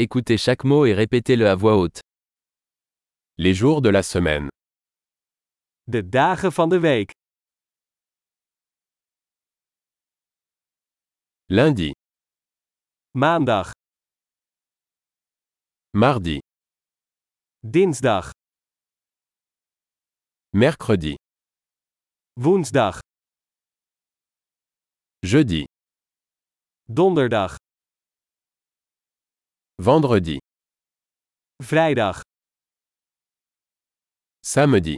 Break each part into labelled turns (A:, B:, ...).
A: Écoutez chaque mot et répétez-le à voix haute.
B: Les jours de la semaine.
C: De dagen van de week.
B: Lundi,
C: Maandag,
B: mardi,
C: dinsdag,
B: mercredi,
C: woensdag,
B: jeudi,
C: donderdag,
B: vendredi,
C: vrijdag,
B: samedi,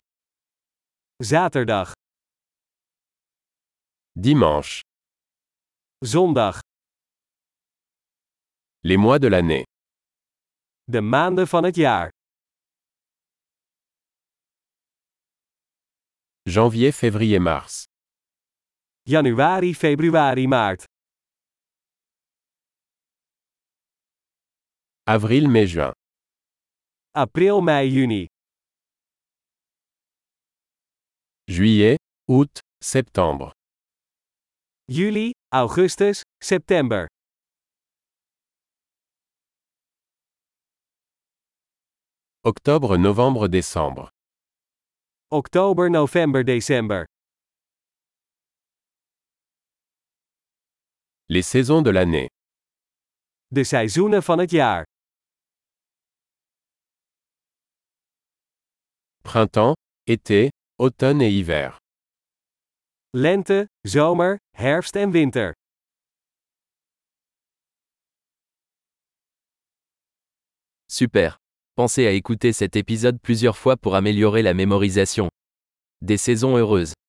C: zaterdag,
B: dimanche.
C: zondag.
B: Les mois de l'année.
C: De maanden van het jaar.
B: Janvier, février, mars.
C: Januari, februari, maart.
B: Avril, mai, juin.
C: April, mei, juni.
B: Juillet, août, septembre.
C: Juli, augustus, september.
B: Octobre, novembre, décembre.
C: Oktober, november, december.
B: Les saisons de l'année.
C: De seizoenen van het jaar.
B: Printemps, été, automne et hiver.
C: Lente, zomer, herfst en winter.
A: Super. Pensez à écouter cet épisode plusieurs fois pour améliorer la mémorisation. Des saisons heureuses.